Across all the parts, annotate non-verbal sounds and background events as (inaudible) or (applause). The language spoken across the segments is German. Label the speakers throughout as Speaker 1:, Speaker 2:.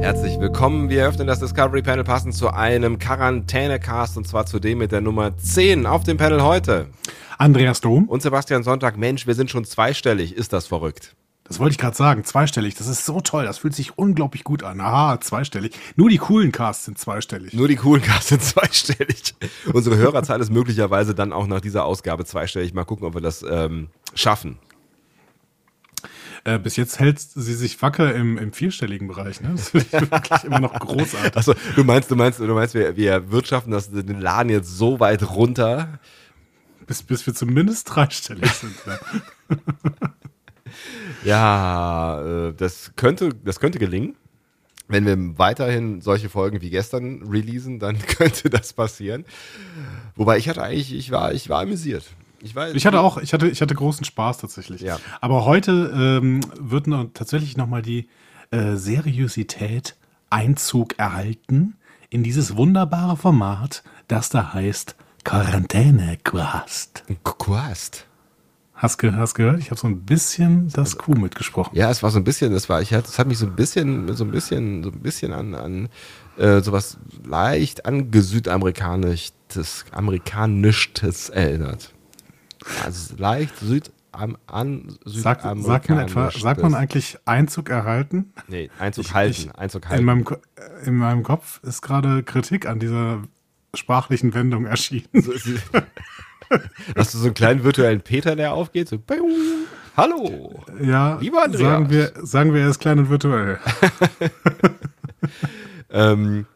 Speaker 1: Herzlich willkommen. Wir eröffnen das Discovery Panel passend zu einem Quarantäne-Cast und zwar zu dem mit der Nummer 10 auf dem Panel heute.
Speaker 2: Andreas Dom.
Speaker 1: Und Sebastian Sonntag, Mensch, wir sind schon zweistellig. Ist das verrückt?
Speaker 2: Das wollte ich gerade sagen, zweistellig. Das ist so toll. Das fühlt sich unglaublich gut an. Aha, zweistellig. Nur die coolen Casts sind zweistellig.
Speaker 1: Nur die coolen Casts sind (laughs) zweistellig. Unsere Hörerzahl ist möglicherweise dann auch nach dieser Ausgabe zweistellig. Mal gucken, ob wir das ähm, schaffen.
Speaker 2: Äh, bis jetzt hält sie sich wacker im, im vierstelligen Bereich. Ne? Das finde ich
Speaker 1: (laughs)
Speaker 2: wirklich immer noch großartig.
Speaker 1: Also du meinst, du meinst, du meinst, wir, wir wirtschaften das, den Laden jetzt so weit runter.
Speaker 2: Bis, bis wir zumindest dreistellig sind. Ne?
Speaker 1: Ja, äh, das könnte, das könnte gelingen. Wenn wir weiterhin solche Folgen wie gestern releasen, dann (laughs) könnte das passieren. Wobei ich hatte eigentlich, ich war, ich war amüsiert. Ich, war,
Speaker 2: Ich hatte auch, ich hatte, ich hatte großen Spaß tatsächlich.
Speaker 1: Ja.
Speaker 2: Aber heute ähm, wird noch, tatsächlich nochmal die äh, Seriosität Einzug erhalten in dieses wunderbare Format, das da heißt Quarantäne-Quast.
Speaker 1: Quast.
Speaker 2: Hast du hast gehört? Ich habe so ein bisschen das Q mitgesprochen.
Speaker 1: Also, Ja, es war so ein bisschen, das war, ich hatte, es hat mich so ein bisschen, so ein bisschen, so ein bisschen an, an äh, sowas leicht angesüdamerikanischtes, amerikanischtes erinnert. Also leicht süd am, an
Speaker 2: Sagt, sagt, man etwa,
Speaker 1: südamerikanischtes.
Speaker 2: sagt man eigentlich Einzug erhalten?
Speaker 1: Nee, Einzug
Speaker 2: Ich-
Speaker 1: halten,
Speaker 2: ich-
Speaker 1: Einzug
Speaker 2: In
Speaker 1: halten.
Speaker 2: meinem, Ko- äh, in meinem Kopf ist gerade Kritik an dieser sprachlichen Wendung erschienen.
Speaker 1: So ist es. (laughs) Hast du so einen kleinen virtuellen Peter, der aufgeht? So, bing, hallo.
Speaker 2: Ja,
Speaker 1: Lieber Andreas.
Speaker 2: Sagen wir, sagen wir, er ist klein und virtuell.
Speaker 1: Ähm,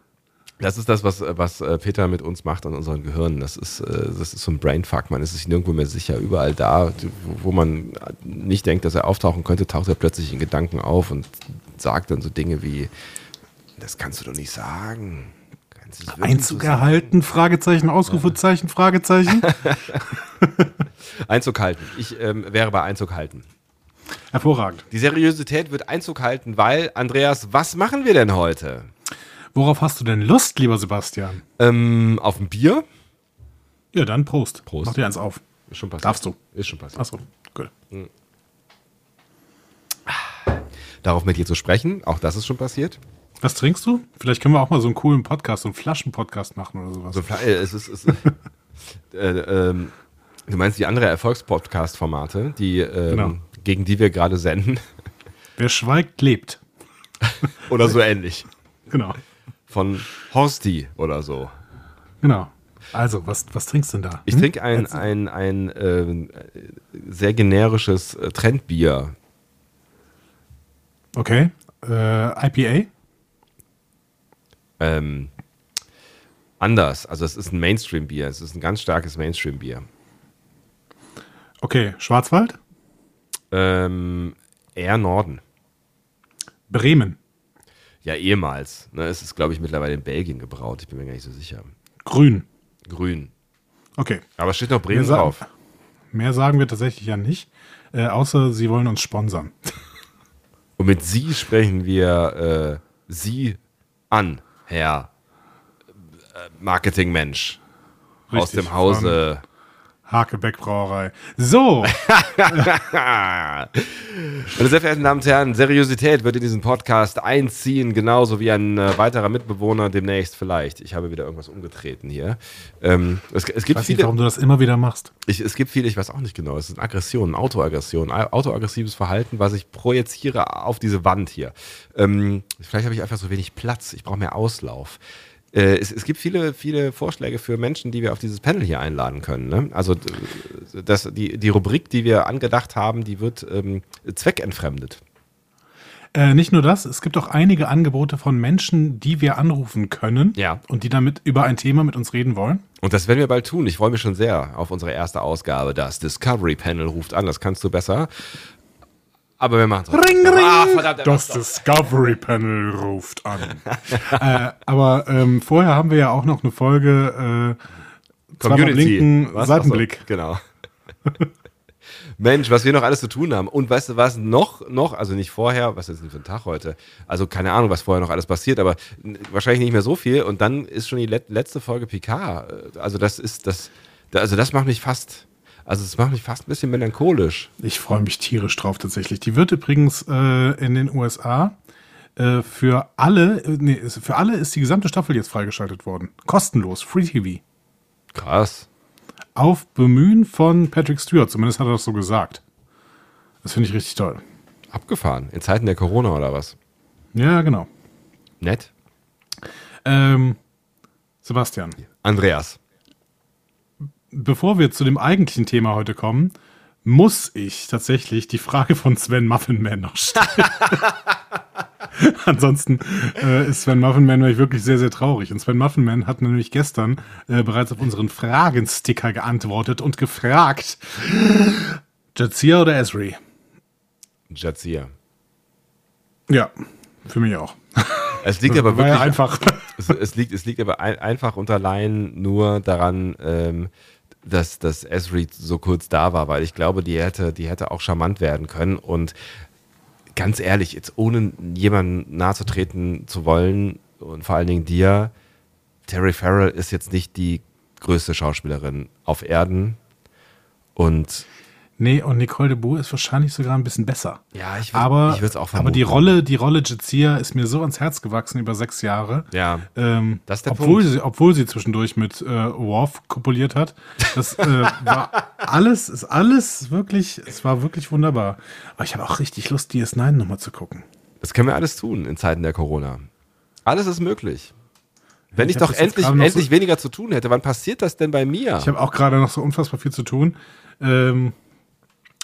Speaker 1: das ist das, was, äh, was äh, Peter mit uns macht an unseren Gehirnen. Das ist, äh, das ist so ein Brainfuck. Man ist sich nirgendwo mehr sicher. Überall da, wo- wo man nicht denkt, dass er auftauchen könnte, taucht er plötzlich in Gedanken auf und sagt dann so Dinge wie: Das kannst du doch nicht sagen. Kannst du das wirklich
Speaker 2: Einzug
Speaker 1: so sagen?"
Speaker 2: erhalten, Fragezeichen,
Speaker 1: (laughs)
Speaker 2: Ausrufezeichen, Fragezeichen.
Speaker 1: Einzug halten. Ich ähm, wäre bei Einzug halten.
Speaker 2: Hervorragend.
Speaker 1: Die Seriosität wird Einzug halten, weil, Andreas, was machen wir denn heute?
Speaker 2: Worauf hast du denn Lust, lieber Sebastian?
Speaker 1: Ähm, auf ein Bier?
Speaker 2: Ja, dann Prost.
Speaker 1: Prost.
Speaker 2: Mach dir eins auf.
Speaker 1: Ist schon passiert.
Speaker 2: Darfst du.
Speaker 1: Ist schon passiert.
Speaker 2: Achso, gut.
Speaker 1: Darauf mit dir zu sprechen, auch das ist schon passiert.
Speaker 2: Was trinkst du? Vielleicht können wir auch mal so einen coolen Podcast, so einen Flaschenpodcast machen oder sowas.
Speaker 1: So, Fla- äh, es ist, es ist äh, ähm, du meinst die andere Erfolgspodcast-Formate, die ähm,
Speaker 2: Genau.
Speaker 1: gegen die wir gerade senden
Speaker 2: Wer schweigt, lebt.
Speaker 1: oder so ähnlich
Speaker 2: Genau.
Speaker 1: von Horsti oder so.
Speaker 2: Genau. Also, was, was trinkst du denn da?
Speaker 1: Ich trinke ein ein ein ähm, äh, sehr generisches äh, Trendbier.
Speaker 2: Hm? Okay. Äh, IPA?
Speaker 1: Ähm, anders, also es ist ein Mainstream-Bier. Es ist ein ganz starkes Mainstream-Bier.
Speaker 2: Okay. Schwarzwald?
Speaker 1: Ähm, eher Norden.
Speaker 2: Bremen.
Speaker 1: Ja, ehemals. Ne, es ist, glaube ich, mittlerweile in Belgien gebraut. Ich bin mir gar nicht so sicher.
Speaker 2: Grün.
Speaker 1: Grün.
Speaker 2: Okay.
Speaker 1: Aber es steht noch Bremen
Speaker 2: Wir sa-
Speaker 1: drauf.
Speaker 2: Mehr sagen wir tatsächlich ja nicht. Äh, außer sie wollen uns sponsern.
Speaker 1: Und mit Sie sprechen wir äh, Sie an, Herr äh, Marketingmensch aus
Speaker 2: Richtig, Ähm,
Speaker 1: dem Hause.
Speaker 2: Hakebeck Brauerei.
Speaker 1: (laughs)
Speaker 2: So,
Speaker 1: Meine sehr verehrten Damen und Herren, Seriosität wird in diesen Podcast einziehen, genauso wie ein äh, weiterer Mitbewohner demnächst vielleicht. Ich habe wieder irgendwas umgetreten hier. Ähm, es, es gibt
Speaker 2: weiß nicht,
Speaker 1: viele,
Speaker 2: warum du das immer wieder machst.
Speaker 1: Ich, es gibt viele, ich weiß auch nicht genau. Es sind Aggressionen, Autoaggressionen, a- autoaggressives Verhalten, was ich projiziere auf diese Wand hier. Ähm, vielleicht habe ich einfach so wenig Platz. Ich brauche mehr Auslauf. Äh, es, es gibt viele, viele Vorschläge für Menschen, die wir auf dieses Panel hier einladen können. Ne? Also d- das, die, die Rubrik, die wir angedacht haben, die wird ähm, zweckentfremdet.
Speaker 2: Äh, nicht nur das, es gibt auch einige Angebote von Menschen, die wir anrufen können
Speaker 1: Ja.
Speaker 2: und die damit über ein Thema mit uns reden wollen.
Speaker 1: Und das werden wir bald tun. Ich freue mich schon sehr auf unsere erste Ausgabe. Das Discovery Panel ruft an. Das kannst du besser Aber wir machen es.
Speaker 2: Ring, ring.
Speaker 1: Ah, verdammt, er macht's
Speaker 2: das
Speaker 1: doch.
Speaker 2: Discovery Panel ruft an. (laughs) äh, aber ähm, vorher haben wir ja auch noch eine Folge äh, zweimal linken
Speaker 1: Was?
Speaker 2: Seitenblick.
Speaker 1: Ach so, genau. (laughs) Mensch, was wir noch alles zu tun haben. Und weißt du was, noch, noch, also nicht vorher, was ist denn für ein Tag heute? Also keine Ahnung, was vorher noch alles passiert, aber n- wahrscheinlich nicht mehr so viel. Und dann ist schon die let letzte Folge Picard. Also das ist, das, da- also das macht mich fast, also das macht mich fast ein bisschen melancholisch.
Speaker 2: Ich freue mich tierisch drauf tatsächlich. Die wird übrigens äh, in den USA äh, für alle, äh, nee, ist- für alle ist die gesamte Staffel jetzt freigeschaltet worden. Kostenlos, Free TV.
Speaker 1: Krass.
Speaker 2: Auf Bemühen von Patrick Stewart, zumindest hat er das so gesagt. Das finde ich richtig toll.
Speaker 1: Abgefahren. In Zeiten der Corona oder was?
Speaker 2: Ja, genau.
Speaker 1: Nett.
Speaker 2: Ähm, Sebastian,
Speaker 1: Andreas.
Speaker 2: bevor wir zu dem eigentlichen Thema heute kommen, muss ich tatsächlich die Frage von Sven Muffinman noch stellen.
Speaker 1: (laughs)
Speaker 2: Ansonsten äh, ist Sven Muffinman nämlich wirklich sehr, sehr traurig. Und Sven Muffinman hat nämlich gestern äh, bereits auf unseren Fragensticker geantwortet und gefragt: Jazia oder Esri?
Speaker 1: Jazia.
Speaker 2: Ja, für mich auch.
Speaker 1: Es liegt aber
Speaker 2: War
Speaker 1: wirklich
Speaker 2: ja einfach.
Speaker 1: es, es, liegt, es liegt aber ein, einfach und allein nur daran, ähm, dass, dass Esri so kurz da war, weil ich glaube, die hätte, die hätte auch charmant werden können. Und ganz ehrlich, jetzt ohne jemanden nahezutreten zu wollen und vor allen Dingen dir, Terry Farrell ist jetzt nicht die größte Schauspielerin auf Erden. Und
Speaker 2: Nee, und Nicole de Boer ist wahrscheinlich sogar ein bisschen besser.
Speaker 1: Ja, ich würd-
Speaker 2: aber,
Speaker 1: ich würd's auch
Speaker 2: Aber die
Speaker 1: vermuten.
Speaker 2: Rolle, die Rolle Jazia ist mir so ans Herz gewachsen über sechs Jahre.
Speaker 1: Ja,
Speaker 2: Ähm,
Speaker 1: das ist der
Speaker 2: obwohl,
Speaker 1: Punkt.
Speaker 2: sie, obwohl sie zwischendurch mit äh, Worf kopuliert hat. Das äh, war alles, ist alles wirklich, es war wirklich wunderbar. Aber ich habe auch richtig Lust, DS9 nochmal zu gucken.
Speaker 1: das können wir alles tun in Zeiten der Corona. Alles ist möglich. Wenn ich,
Speaker 2: hab
Speaker 1: doch
Speaker 2: das jetzt
Speaker 1: endlich,
Speaker 2: gerade noch
Speaker 1: endlich
Speaker 2: so-
Speaker 1: weniger zu tun hätte, wann passiert das denn bei mir?
Speaker 2: Ich habe auch gerade noch so unfassbar viel zu tun. Ähm,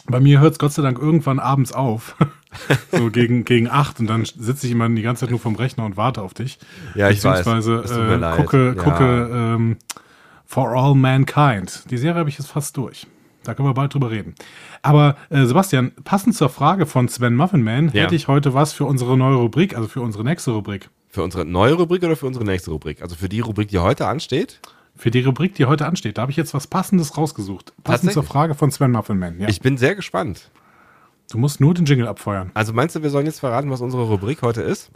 Speaker 2: bei mir hört es Gott sei Dank irgendwann abends auf. (laughs) so gegen, gegen acht und dann sitze ich immer die ganze Zeit nur vom Rechner und warte auf dich.
Speaker 1: Ja, ich weiß.
Speaker 2: Beziehungsweise
Speaker 1: Es tut mir
Speaker 2: äh,
Speaker 1: leid.
Speaker 2: gucke,
Speaker 1: Ja.
Speaker 2: gucke ähm, For All Mankind. Die Serie habe ich jetzt fast durch. Da können wir bald drüber reden. Aber äh, Sebastian, passend zur Frage von Sven Muffinman,
Speaker 1: Ja.
Speaker 2: hätte ich heute was für unsere neue Rubrik, also für unsere nächste Rubrik.
Speaker 1: Für unsere neue Rubrik oder für unsere nächste Rubrik? Also für die Rubrik, die heute ansteht?
Speaker 2: Für die Rubrik, die heute ansteht, da habe ich jetzt was Passendes rausgesucht. Passend
Speaker 1: Tatsächlich?
Speaker 2: zur Frage von Sven Muffinman. Ja.
Speaker 1: Ich bin sehr gespannt.
Speaker 2: Du musst nur den Jingle abfeuern.
Speaker 1: Also meinst du, wir sollen jetzt verraten, was unsere Rubrik heute ist?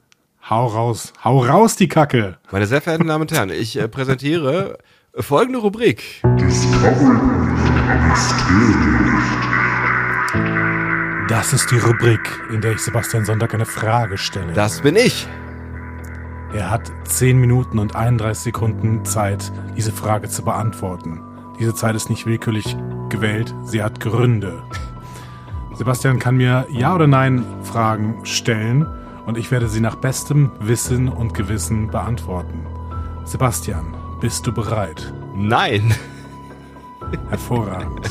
Speaker 2: Hau raus. Hau raus, die Kacke.
Speaker 1: Meine sehr verehrten Damen und Herren, ich äh, präsentiere folgende Rubrik.
Speaker 2: Das ist die Rubrik, in der ich Sebastian Sonntag eine Frage stelle.
Speaker 1: Das bin ich.
Speaker 2: Er hat 10 Minuten und 31 Sekunden Zeit, diese Frage zu beantworten. Diese Zeit ist nicht willkürlich gewählt, sie hat Gründe. Sebastian kann mir Ja oder Nein Fragen stellen und ich werde sie nach bestem Wissen und Gewissen beantworten. Sebastian, bist du bereit?
Speaker 1: Nein.
Speaker 2: Hervorragend.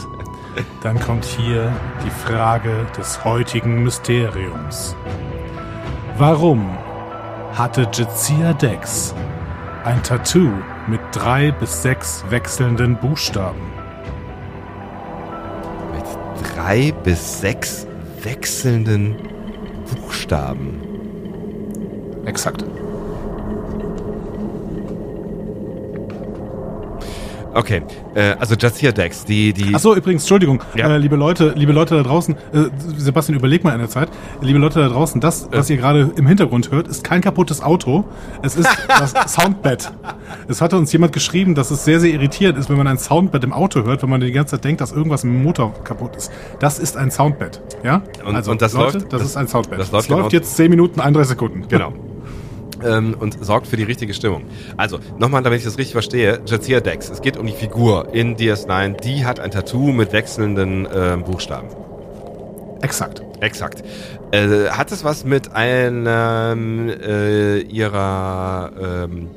Speaker 2: Dann kommt hier die Frage des heutigen Mysteriums. Warum hatte Jazia Dex ein Tattoo mit drei bis sechs wechselnden Buchstaben?
Speaker 1: Mit drei bis sechs wechselnden Buchstaben.
Speaker 2: Exakt.
Speaker 1: Okay, äh, also Jazia Dex, die, die.
Speaker 2: Achso, übrigens, Entschuldigung,
Speaker 1: Ja.
Speaker 2: äh, liebe Leute, liebe Leute da draußen, äh, Sebastian, überleg mal in der Zeit, liebe Leute da draußen,
Speaker 1: Äh.
Speaker 2: das, was ihr gerade im Hintergrund hört, ist kein kaputtes Auto,
Speaker 1: (laughs)
Speaker 2: es ist das Soundbett. Es hatte uns jemand geschrieben, dass es sehr, sehr irritierend ist, wenn man ein Soundbett im Auto hört, wenn man die ganze Zeit denkt, dass irgendwas im Motor kaputt ist. Das ist ein Soundbett, ja? Also,
Speaker 1: Und- und das läuft-
Speaker 2: das,
Speaker 1: das-
Speaker 2: ist ein Soundbett.
Speaker 1: das läuft
Speaker 2: es läuft
Speaker 1: genau-
Speaker 2: jetzt 10 Minuten, 31 Sekunden.
Speaker 1: Genau. Ähm, und sorgt für die richtige Stimmung. Also, nochmal, damit ich das richtig verstehe, Jazia Dex, es geht um die Figur in DS9, die hat ein Tattoo mit wechselnden ähm, Buchstaben.
Speaker 2: Exakt.
Speaker 1: Exakt. Äh, hat es was mit einem äh, ihrer ähm,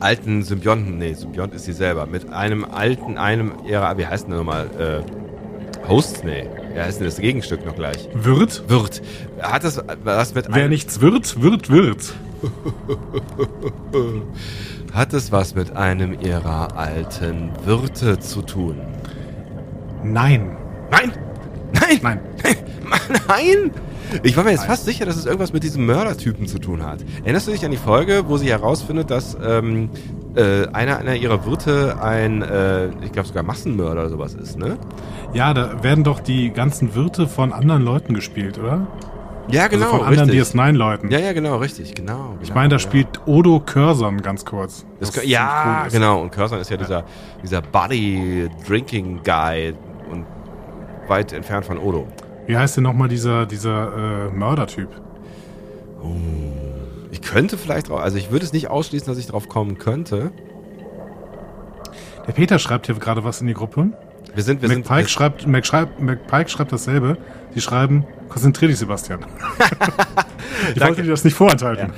Speaker 1: alten Symbionten, nee, Symbiont ist sie selber, mit einem alten, einem ihrer, wie heißt denn der nochmal, äh, Hosts, nee, wie heißt denn das Gegenstück noch gleich?
Speaker 2: Wird,
Speaker 1: Wirt. Hat es was mit
Speaker 2: wer
Speaker 1: einem-
Speaker 2: nichts wird, wird, wird.
Speaker 1: Hat es was mit einem ihrer alten
Speaker 2: (laughs)
Speaker 1: Wirte zu tun?
Speaker 2: Nein,
Speaker 1: Nein! Nein!
Speaker 2: nein.
Speaker 1: Nein! Ich war mir jetzt fast sicher, dass es irgendwas mit diesem Mördertypen zu tun hat. Erinnerst du dich an die Folge, wo sie herausfindet, dass ähm, äh, einer, einer ihrer Wirte ein, äh, ich glaube sogar Massenmörder oder sowas ist, ne?
Speaker 2: Ja, da werden doch die ganzen Wirte von anderen Leuten gespielt, oder?
Speaker 1: Ja,
Speaker 2: also von anderen DS9-Leuten.
Speaker 1: Genau, ja, ja, genau, richtig, genau.
Speaker 2: Ich meine, da spielt Odo Curzon ganz kurz.
Speaker 1: Das,
Speaker 2: Was ziemlich
Speaker 1: ja,
Speaker 2: cool ist.
Speaker 1: genau. Und Curzon ist ja, dieser, dieser Buddy-Drinking-Guy und weit entfernt von Odo.
Speaker 2: Wie heißt denn nochmal dieser, dieser äh, Mördertyp?
Speaker 1: Ich könnte vielleicht drauf, also ich würde es nicht ausschließen, dass ich drauf kommen könnte.
Speaker 2: Der Peter schreibt hier gerade was in die Gruppe.
Speaker 1: Wir sind, wir sind.
Speaker 2: McPike schreibt, Mac schreibt, McPike schreibt dasselbe. Die schreiben, konzentrier dich,
Speaker 1: (laughs)
Speaker 2: Sebastian. ich wollte
Speaker 1: Danke.
Speaker 2: dir das nicht vorenthalten.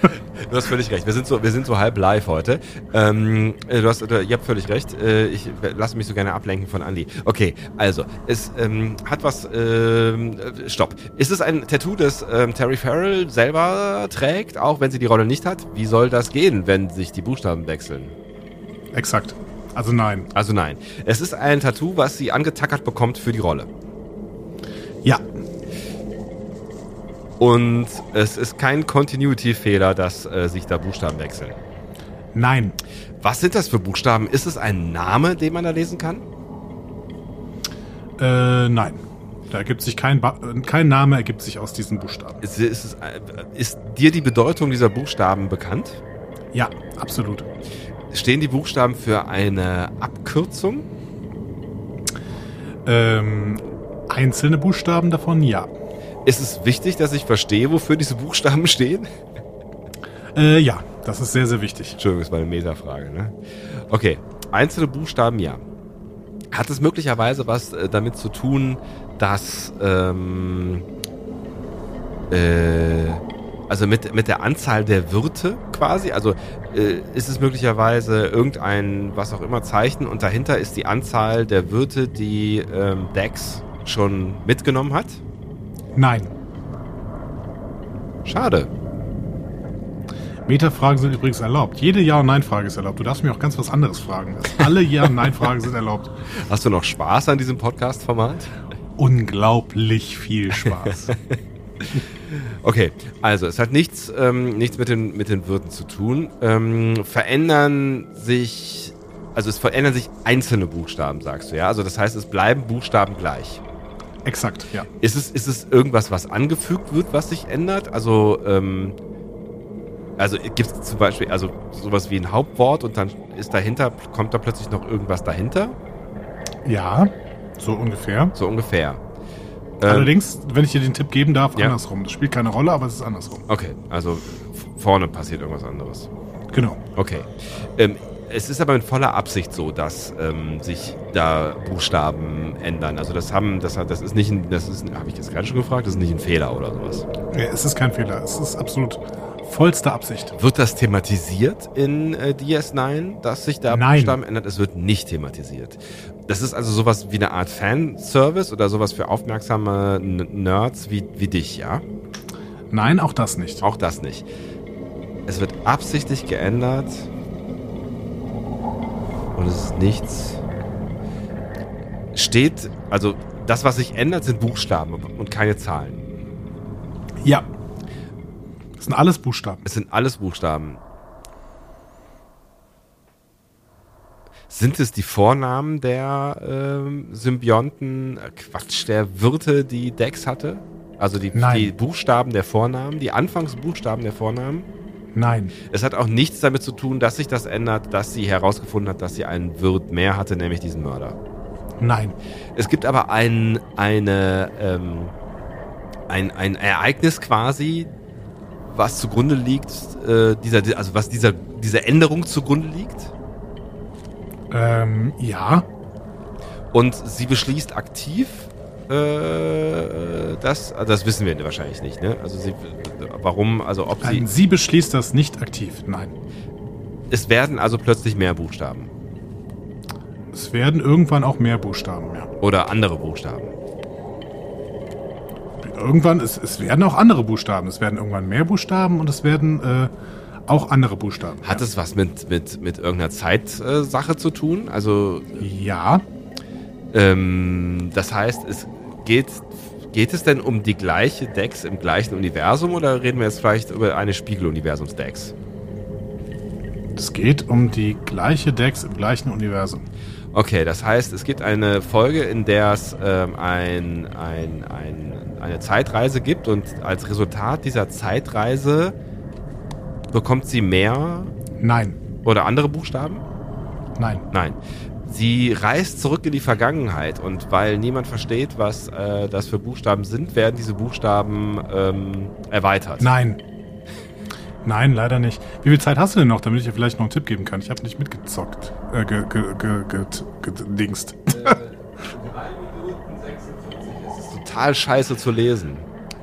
Speaker 1: Du hast völlig recht. Wir sind so, wir sind so halb live heute. Ähm, äh, du hast, äh, ihr habt völlig recht. Äh, ich lasse mich so gerne ablenken von Andy. Okay, also es ähm, hat was. Ähm, äh, stopp. Ist es ein Tattoo, das ähm, Terry Farrell selber trägt, auch wenn sie die Rolle nicht hat? Wie soll das gehen, wenn sich die Buchstaben wechseln?
Speaker 2: (laughs) Exakt. Also nein.
Speaker 1: Also nein. Es ist ein Tattoo, was sie angetackert bekommt für die Rolle.
Speaker 2: Ja.
Speaker 1: Und es ist kein Continuity-Fehler, dass äh, sich da Buchstaben wechseln.
Speaker 2: Nein.
Speaker 1: Was sind das für Buchstaben? Ist es ein Name, den man da lesen kann?
Speaker 2: Äh, nein. Da ergibt sich kein, ba äh, kein Name, ergibt sich aus diesen Buchstaben.
Speaker 1: Ist, ist, es, äh, ist dir die Bedeutung dieser Buchstaben bekannt?
Speaker 2: Ja, absolut.
Speaker 1: Stehen die Buchstaben für eine Abkürzung?
Speaker 2: Ähm, einzelne Buchstaben davon, ja.
Speaker 1: Ist es wichtig, dass ich verstehe, wofür diese Buchstaben stehen?
Speaker 2: Äh, ja, das ist sehr, sehr wichtig.
Speaker 1: Entschuldigung, ist meine Metafrage, ne? Okay, einzelne Buchstaben ja. Hat es möglicherweise was äh, damit zu tun, dass ähm, äh, also mit, mit der Anzahl der Wirte quasi, also äh, ist es möglicherweise irgendein was auch immer Zeichen und dahinter ist die Anzahl der Wirte, die ähm, Dex schon mitgenommen hat?
Speaker 2: Nein.
Speaker 1: Schade.
Speaker 2: Metafragen sind übrigens erlaubt. Jede Ja- und Nein-Frage ist erlaubt. Du darfst mir auch ganz was anderes fragen. Alle Ja- und Nein-Fragen sind erlaubt.
Speaker 1: Hast du noch Spaß an diesem Podcast-Format?
Speaker 2: Unglaublich viel Spaß. (laughs)
Speaker 1: Okay, also es hat nichts, ähm, nichts mit, den, mit den Würden zu tun. Ähm, verändern sich, also es verändern sich einzelne Buchstaben, sagst du, ja? Also das heißt, es bleiben Buchstaben gleich.
Speaker 2: Exakt, ja.
Speaker 1: Ist es, ist es irgendwas, was angefügt wird, was sich ändert? Also, ähm, also gibt es zum Beispiel also sowas wie ein Hauptwort und dann ist dahinter, kommt da plötzlich noch irgendwas dahinter?
Speaker 2: Ja, so ungefähr.
Speaker 1: So ungefähr. Ähm,
Speaker 2: Allerdings, wenn ich dir den Tipp geben darf,
Speaker 1: Ja.
Speaker 2: andersrum. Das spielt keine Rolle, aber es ist andersrum.
Speaker 1: Okay, also v- vorne passiert irgendwas anderes.
Speaker 2: Genau.
Speaker 1: Okay. Ähm, es ist aber mit voller Absicht so, dass ähm, sich da Buchstaben ändern. Also das haben, das hat, das ist nicht ein, das ist, habe ich jetzt gerade schon gefragt, das ist nicht ein Fehler oder sowas.
Speaker 2: Nee, es ist kein Fehler. Es ist absolut vollste Absicht.
Speaker 1: Wird das thematisiert in äh, DS9, dass sich da
Speaker 2: Nein.
Speaker 1: Buchstaben ändert? Es wird nicht thematisiert. Das ist also sowas wie eine Art Fanservice oder sowas für aufmerksame N Nerds wie, wie dich, ja?
Speaker 2: Nein, auch das nicht.
Speaker 1: Auch das nicht. Es wird absichtlich geändert. Und es ist nichts. Steht, also das, was sich ändert, sind Buchstaben und keine Zahlen.
Speaker 2: Ja. Das sind alles Buchstaben.
Speaker 1: Es sind alles Buchstaben. Sind es die Vornamen der ähm, Symbionten, äh, Quatsch, der Wirte, die Dex hatte? Also die,
Speaker 2: Nein.
Speaker 1: die Buchstaben der Vornamen, die Anfangsbuchstaben der Vornamen?
Speaker 2: Nein.
Speaker 1: Es hat auch nichts damit zu tun, dass sich das ändert, dass sie herausgefunden hat, dass sie einen Wirt mehr hatte, nämlich diesen Mörder.
Speaker 2: Nein.
Speaker 1: Es gibt aber ein, eine, ähm, ein, ein Ereignis quasi, was zugrunde liegt, äh, dieser, also was dieser, dieser Änderung zugrunde liegt.
Speaker 2: Ähm, ja.
Speaker 1: Und sie beschließt aktiv, äh, das, also das wissen wir wahrscheinlich nicht, ne? Also sie, warum, also ob sie,
Speaker 2: Nein, Ähm, sie beschließt das nicht aktiv. Nein.
Speaker 1: es werden also plötzlich mehr Buchstaben
Speaker 2: Es werden irgendwann auch mehr Buchstaben. Ja.
Speaker 1: oder andere Buchstaben.
Speaker 2: Irgendwann, es, es werden auch andere Buchstaben. Es werden irgendwann mehr Buchstaben und es werden äh, auch andere Buchstaben.
Speaker 1: Hat es was mit, mit, mit irgendeiner Zeitsache äh, Sache zu tun? Also,
Speaker 2: Ja.
Speaker 1: ähm, das heißt, es geht Geht es denn um die gleiche Dex im gleichen Universum oder reden wir jetzt vielleicht über eine Spiegeluniversums-Dex?
Speaker 2: Es geht um die gleiche Dex im gleichen Universum.
Speaker 1: Okay, das heißt, es gibt eine Folge, in der es ähm, ein, ein, ein, eine Zeitreise gibt und als Resultat dieser Zeitreise bekommt sie mehr
Speaker 2: Nein,
Speaker 1: oder andere Buchstaben?
Speaker 2: nein.
Speaker 1: Nein. Sie reist zurück in die Vergangenheit und weil niemand versteht, was äh, das für Buchstaben sind, werden diese Buchstaben ähm, erweitert.
Speaker 2: Nein. Nein, leider nicht. Wie viel Zeit hast du denn noch, damit ich dir vielleicht noch einen Tipp geben kann? Ich habe nicht mitgezockt. Äh, ge, ge, ge, ge, gedingst.
Speaker 1: Total scheiße zu lesen.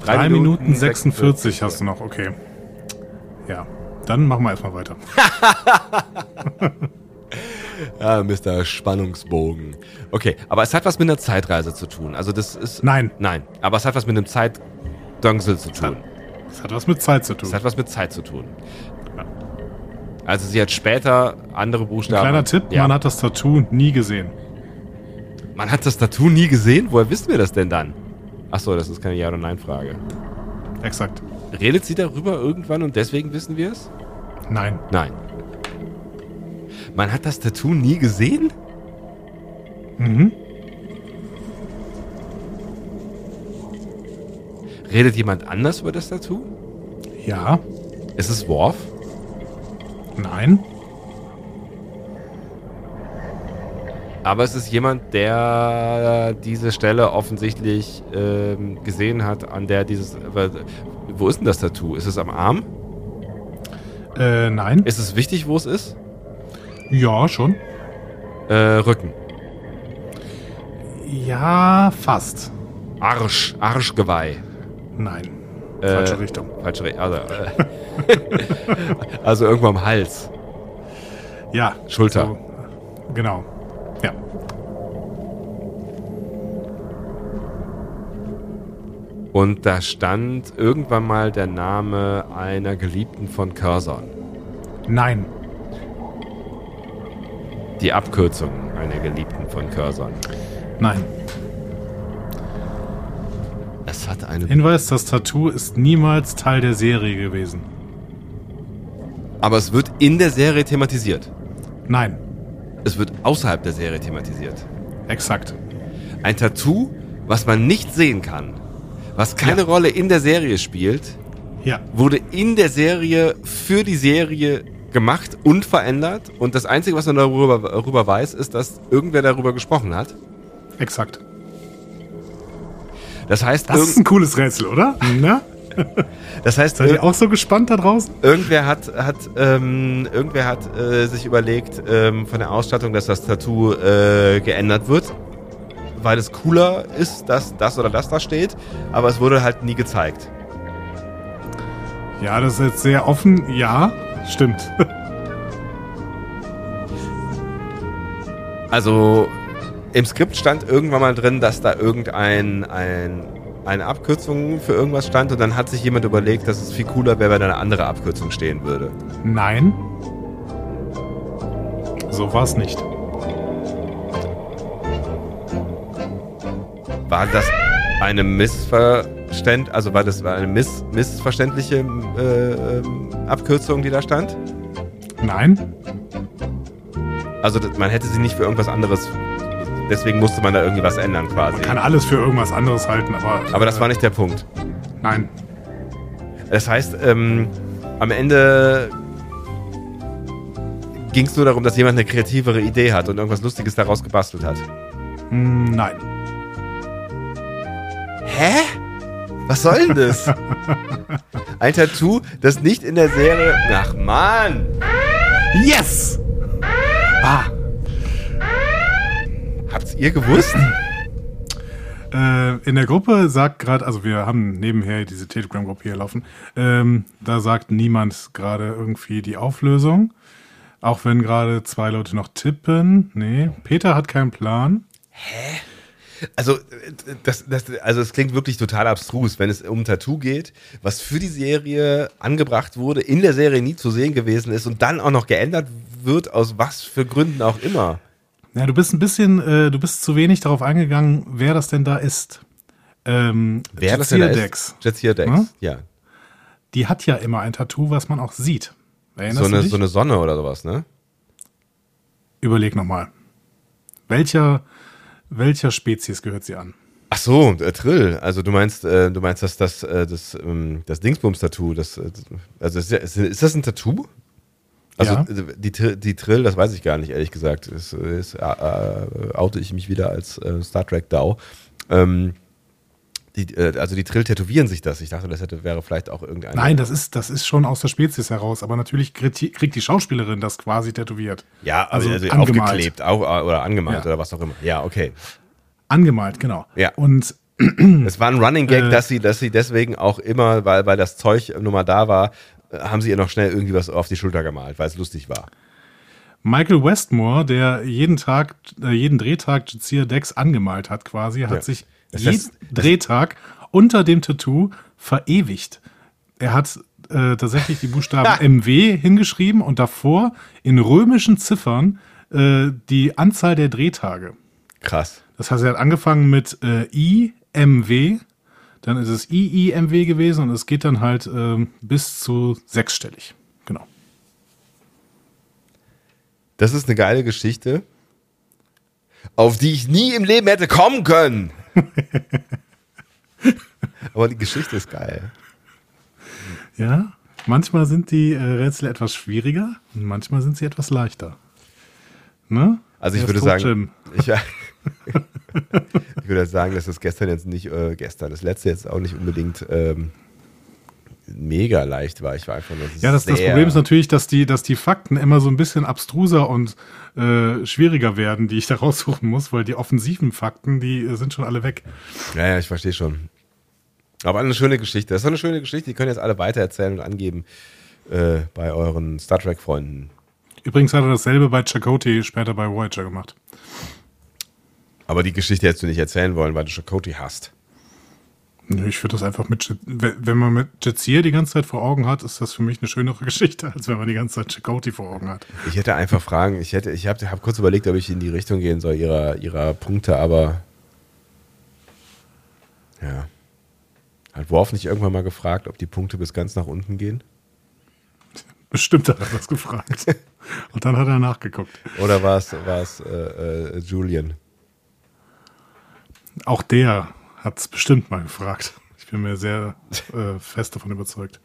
Speaker 2: 3 Minuten 46 hast du noch, okay. Ja, dann machen wir erstmal weiter.
Speaker 1: Ja, Mr. Ah, Spannungsbogen. Okay, aber es hat was mit einer Zeitreise zu tun. Also das ist.
Speaker 2: Nein.
Speaker 1: Nein, aber es hat was mit einem Zeitdöngsel zu tun.
Speaker 2: Das hat was mit Zeit zu tun.
Speaker 1: Es hat was mit Zeit zu tun. Also sie hat später andere Buchstaben.
Speaker 2: Kleiner Tipp,
Speaker 1: Ja.
Speaker 2: man hat das Tattoo nie gesehen.
Speaker 1: Man hat das Tattoo nie gesehen? Woher wissen wir das denn dann? Achso, das ist keine Ja- oder Nein-Frage.
Speaker 2: Exakt.
Speaker 1: Redet sie darüber irgendwann und deswegen wissen wir es?
Speaker 2: Nein.
Speaker 1: Nein. Man hat das Tattoo nie gesehen?
Speaker 2: Mhm.
Speaker 1: Redet jemand anders über das Tattoo?
Speaker 2: Ja.
Speaker 1: Ist es Worf?
Speaker 2: Nein.
Speaker 1: Aber es ist jemand, der diese Stelle offensichtlich ähm, gesehen hat, an der dieses. Wo ist denn das Tattoo? Ist es am Arm?
Speaker 2: Äh, nein.
Speaker 1: Ist es wichtig, wo es ist?
Speaker 2: Ja, schon.
Speaker 1: Äh, Rücken.
Speaker 2: Ja, fast.
Speaker 1: Arsch. Arschgeweih.
Speaker 2: Nein.
Speaker 1: Äh,
Speaker 2: Falsche Richtung.
Speaker 1: Falsche Re also, äh, (laughs) also irgendwo am Hals.
Speaker 2: Ja.
Speaker 1: Schulter.
Speaker 2: So, genau. Ja.
Speaker 1: Und da stand irgendwann mal der Name einer Geliebten von Curzon.
Speaker 2: Nein.
Speaker 1: Die Abkürzung einer Geliebten von Curzon.
Speaker 2: Nein.
Speaker 1: Es hat eine.
Speaker 2: Hinweis, das Tattoo ist niemals Teil der Serie gewesen.
Speaker 1: Aber es wird in der Serie thematisiert.
Speaker 2: Nein.
Speaker 1: Es wird außerhalb der Serie thematisiert.
Speaker 2: Exakt.
Speaker 1: Ein Tattoo, was man nicht sehen kann, was keine
Speaker 2: Ja.
Speaker 1: Rolle in der Serie spielt,
Speaker 2: Ja.
Speaker 1: wurde in der Serie für die Serie gemacht und verändert. Und das Einzige, was man darüber, darüber weiß, ist, dass irgendwer darüber gesprochen hat.
Speaker 2: Exakt.
Speaker 1: Das heißt,
Speaker 2: Das
Speaker 1: irgend-
Speaker 2: ist ein cooles Rätsel, oder?
Speaker 1: (laughs)
Speaker 2: Ne? Na?
Speaker 1: das heißt
Speaker 2: Seid ihr auch so gespannt da draußen?
Speaker 1: Irgendwer hat, hat, ähm, irgendwer hat äh, sich überlegt ähm, von der Ausstattung, dass das Tattoo äh, geändert wird, weil es cooler ist, dass das oder das da steht, aber es wurde halt nie gezeigt.
Speaker 2: Ja, das ist jetzt sehr offen. Ja, stimmt. (laughs)
Speaker 1: Also im Skript stand irgendwann mal drin, dass da irgendein ein, eine Abkürzung für irgendwas stand und dann hat sich jemand überlegt, dass es viel cooler wäre, wenn da eine andere Abkürzung stehen würde.
Speaker 2: Nein. So war es nicht.
Speaker 1: War das eine Missverständ, also war das war eine miss missverständliche äh, ähm, Abkürzung, die da stand?
Speaker 2: Nein.
Speaker 1: Also das- man hätte sie nicht für irgendwas anderes. Deswegen musste man da irgendwie was ändern quasi.
Speaker 2: Man kann alles für irgendwas anderes halten, aber. äh,
Speaker 1: Aber das war nicht der Punkt.
Speaker 2: Nein.
Speaker 1: Das heißt, ähm, am Ende ging es nur darum, dass jemand eine kreativere Idee hat und irgendwas Lustiges daraus gebastelt hat.
Speaker 2: Hm, Nein.
Speaker 1: Hä? Was soll denn das? (laughs) Ein Tattoo, das nicht in der Serie. Ach Mann!
Speaker 2: Yes! Ah.
Speaker 1: Habt's ihr gewusst?
Speaker 2: Äh, in der Gruppe sagt gerade, also wir haben nebenher diese Telegram-Gruppe hier laufen, ähm, da sagt niemand gerade irgendwie die Auflösung. Auch wenn gerade zwei Leute noch tippen. Nee, Peter hat keinen Plan.
Speaker 1: Also äh, das, das, also es klingt wirklich total abstrus, wenn es um ein Tattoo geht, was für die Serie angebracht wurde, in der Serie nie zu sehen gewesen ist und dann auch noch geändert wird, aus was für Gründen auch immer.
Speaker 2: Ja, du bist ein bisschen, äh, du bist zu wenig darauf eingegangen, wer das denn da ist. ähm,
Speaker 1: das denn da
Speaker 2: Tia
Speaker 1: ist?
Speaker 2: Dex,
Speaker 1: Jetsia Dex,
Speaker 2: Hm?
Speaker 1: ja.
Speaker 2: die hat ja immer ein Tattoo, was man auch sieht. Erinnerst
Speaker 1: So
Speaker 2: du
Speaker 1: eine,
Speaker 2: dich?
Speaker 1: so eine Sonne oder sowas, ne?
Speaker 2: Überleg nochmal. Welcher, welcher Spezies gehört sie an?
Speaker 1: Ach so, äh, Trill. Also du meinst, äh, du meinst, dass das, äh, das, ähm, das Dingsbums-Tattoo, das, äh, das- also ist, ist, ist das ein Tattoo? Also
Speaker 2: Ja.
Speaker 1: äh, die, Tri- die Trill, das weiß ich gar nicht, ehrlich gesagt. Es, es, äh, äh, oute ich mich wieder als äh, Star Trek DAO. Ähm, die, äh, also die Trill tätowieren sich das. Ich dachte, das hätte, wäre vielleicht auch irgendein.
Speaker 2: Nein, das ist, das ist schon aus der Spezies heraus, aber natürlich kriegt die, kriegt die Schauspielerin das quasi tätowiert.
Speaker 1: Ja, also, also
Speaker 2: angemalt.
Speaker 1: aufgeklebt au, oder angemalt
Speaker 2: Ja.
Speaker 1: oder was auch immer. Ja, okay.
Speaker 2: Angemalt, genau.
Speaker 1: Ja.
Speaker 2: Und
Speaker 1: Es war ein Running Gag,
Speaker 2: Äh.
Speaker 1: dass, sie, dass sie deswegen auch immer, weil, weil das Zeug nun mal da war, äh, haben sie ihr noch schnell irgendwie was auf die Schulter gemalt, weil es lustig war.
Speaker 2: Michael Westmore, der jeden Tag, äh, jeden Drehtag Jazia Dex angemalt hat, quasi, hat
Speaker 1: Ja.
Speaker 2: sich
Speaker 1: Das
Speaker 2: jeden
Speaker 1: heißt, das-
Speaker 2: Drehtag unter dem Tattoo verewigt. Er hat äh, tatsächlich
Speaker 1: (laughs)
Speaker 2: die Buchstaben MW hingeschrieben und davor in römischen Ziffern äh, die Anzahl der Drehtage.
Speaker 1: Krass.
Speaker 2: Das heißt, er hat angefangen mit äh, I, MW, dann ist es IIMW gewesen und es geht dann halt ähm, bis zu sechsstellig. Genau.
Speaker 1: Das ist eine geile Geschichte, auf die ich nie im Leben hätte kommen
Speaker 2: (laughs)
Speaker 1: können. Aber die Geschichte ist geil.
Speaker 2: Ja, manchmal sind die äh, Rätsel etwas schwieriger und manchmal sind sie etwas leichter. Ne?
Speaker 1: Also ich
Speaker 2: Er ist
Speaker 1: würde
Speaker 2: tot,
Speaker 1: sagen,
Speaker 2: Jim.
Speaker 1: ich, (laughs) ich würde sagen, dass das gestern jetzt nicht, äh, gestern, das letzte jetzt auch nicht unbedingt ähm, mega leicht war. Ich war einfach nur
Speaker 2: Ja, das, das
Speaker 1: sehr-
Speaker 2: Problem ist natürlich, dass die, dass die Fakten immer so ein bisschen abstruser und äh, schwieriger werden, die ich da (laughs) raussuchen muss, weil die offensiven Fakten, die äh, sind schon alle weg.
Speaker 1: Ja, ja, ich verstehe schon. Aber eine schöne Geschichte. Das ist doch eine schöne Geschichte. Die können jetzt alle weitererzählen und angeben äh, bei euren Star Trek-Freunden.
Speaker 2: Übrigens hat er dasselbe bei Chakotay später bei Voyager gemacht.
Speaker 1: Aber die Geschichte hättest du nicht erzählen wollen, weil du Chakoti hast.
Speaker 2: Nö, Ich würde das einfach mit, Jet- wenn wenn man mit Jetzir die ganze Zeit vor Augen hat, ist das für mich eine schönere (laughs) Geschichte, als wenn man die ganze Zeit Chakotay vor Augen hat.
Speaker 1: Ich hätte einfach Fragen. Ich hätte, ich habe hab kurz überlegt, ob ich in die Richtung gehen soll ihrer, ihrer Punkte, aber ja. Hat Worf nicht irgendwann mal gefragt, ob die Punkte bis ganz nach unten gehen?
Speaker 2: Bestimmt hat er
Speaker 1: (laughs)
Speaker 2: das gefragt. Und dann hat er nachgeguckt.
Speaker 1: Oder war es war es, äh, äh, Julian?
Speaker 2: Auch der hat es bestimmt mal gefragt. Ich bin mir sehr äh, fest davon überzeugt.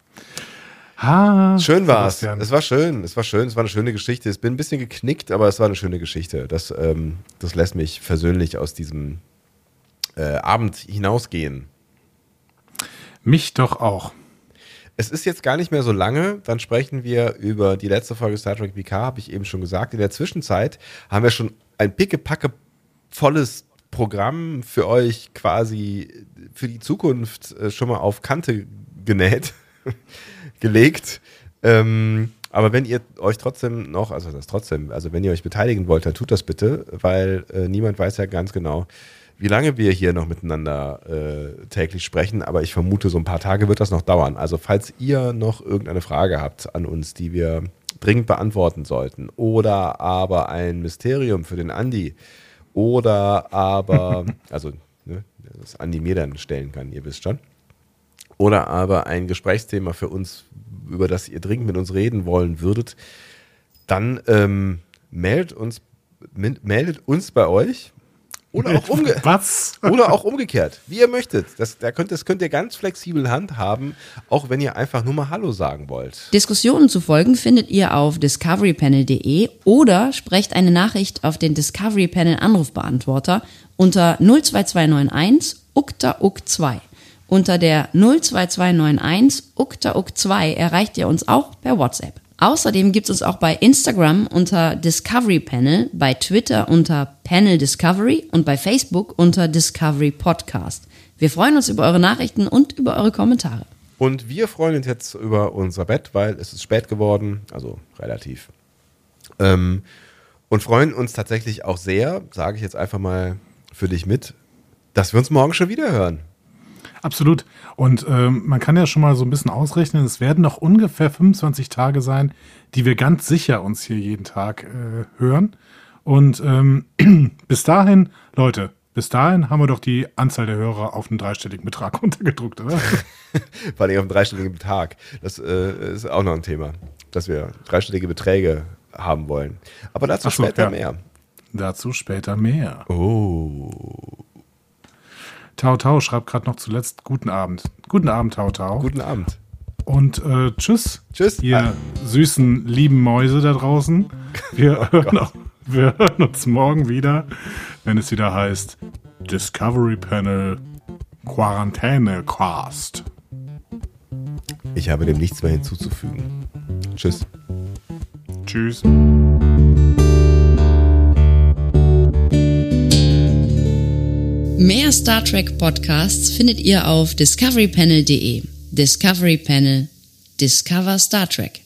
Speaker 2: Ha,
Speaker 1: Schön war es.
Speaker 2: Sebastian.
Speaker 1: Es war schön. Es war schön. Es war eine schöne Geschichte. Ich bin ein bisschen geknickt, aber es war eine schöne Geschichte. Das, ähm, das lässt mich versöhnlich aus diesem äh, Abend hinausgehen.
Speaker 2: Mich doch auch.
Speaker 1: Es ist jetzt gar nicht mehr so lange. Dann sprechen wir über die letzte Folge Star Trek PK, habe ich eben schon gesagt. In der Zwischenzeit haben wir schon ein pickepacke volles Programm für euch quasi für die Zukunft äh, schon mal auf Kante genäht, gelegt. Ähm, aber wenn ihr euch trotzdem noch, also das trotzdem, also wenn ihr euch beteiligen wollt, dann tut das bitte, weil äh, niemand weiß ja ganz genau, wie lange wir hier noch miteinander äh, täglich sprechen, aber ich vermute, so ein paar Tage wird das noch dauern. Also falls ihr noch irgendeine Frage habt an uns, die wir dringend beantworten sollten, oder aber ein Mysterium für den Andi, oder aber, also ne, das Andi mir dann stellen kann, ihr wisst schon, oder aber ein Gesprächsthema für uns, über das ihr dringend mit uns reden wollen würdet, dann ähm, meldet, uns, min- meldet uns bei euch. Oder auch, umge
Speaker 2: Was?
Speaker 1: oder auch umgekehrt, wie ihr möchtet. Das, da könnt, das könnt ihr ganz flexibel handhaben, auch wenn ihr einfach nur mal Hallo sagen wollt.
Speaker 3: Diskussionen zu folgen findet ihr auf discoverypanel.de oder sprecht eine Nachricht auf den Discovery Panel Anrufbeantworter unter 02291 ukta ukt 2. Unter der 02291 ukta ukt 2 erreicht ihr uns auch per WhatsApp. Außerdem gibt es uns auch bei Instagram unter Discovery Panel, bei Twitter unter Panel Discovery und bei Facebook unter Discovery Podcast. Wir freuen uns über eure Nachrichten und über eure Kommentare.
Speaker 1: Und wir freuen uns jetzt über unser Bett, weil es ist spät geworden, also relativ. Ähm, und freuen uns tatsächlich auch sehr, sage ich jetzt einfach mal für dich mit, dass wir uns morgen schon wieder hören.
Speaker 2: Absolut. Und ähm, man kann ja schon mal so ein bisschen ausrechnen, es werden noch ungefähr 25 Tage sein, die wir ganz sicher uns (clears throat) hier jeden Tag äh, hören. Und ähm, bis dahin, Leute, Bis dahin haben wir doch die Anzahl der Hörer auf einen dreistelligen Betrag (laughs) runtergedrückt, oder?
Speaker 1: Vor allem auf einen dreistelligen Tag. Das äh, ist auch noch ein Thema, dass wir dreistellige Beträge haben wollen. Aber dazu
Speaker 2: Ach so,
Speaker 1: später
Speaker 2: ja.
Speaker 1: mehr.
Speaker 2: Dazu später mehr.
Speaker 1: Oh.
Speaker 2: Tau Tau schreibt gerade noch zuletzt Guten Abend. Guten Abend, Tau Tau.
Speaker 1: Guten Abend.
Speaker 2: Und äh, tschüss.
Speaker 1: Tschüss.
Speaker 2: Ihr
Speaker 1: Ah.
Speaker 2: süßen, lieben Mäuse da draußen.
Speaker 1: (laughs)
Speaker 2: Wir,
Speaker 1: Oh
Speaker 2: hören, auch, wir hören uns morgen wieder, wenn es wieder heißt Discovery Panel Quarantäne Cast.
Speaker 1: Ich habe dem nichts mehr hinzuzufügen. Tschüss.
Speaker 2: Tschüss.
Speaker 3: Mehr Star Trek Podcasts findet ihr auf discoverypanel.de. Discovery Panel. Discover Star Trek.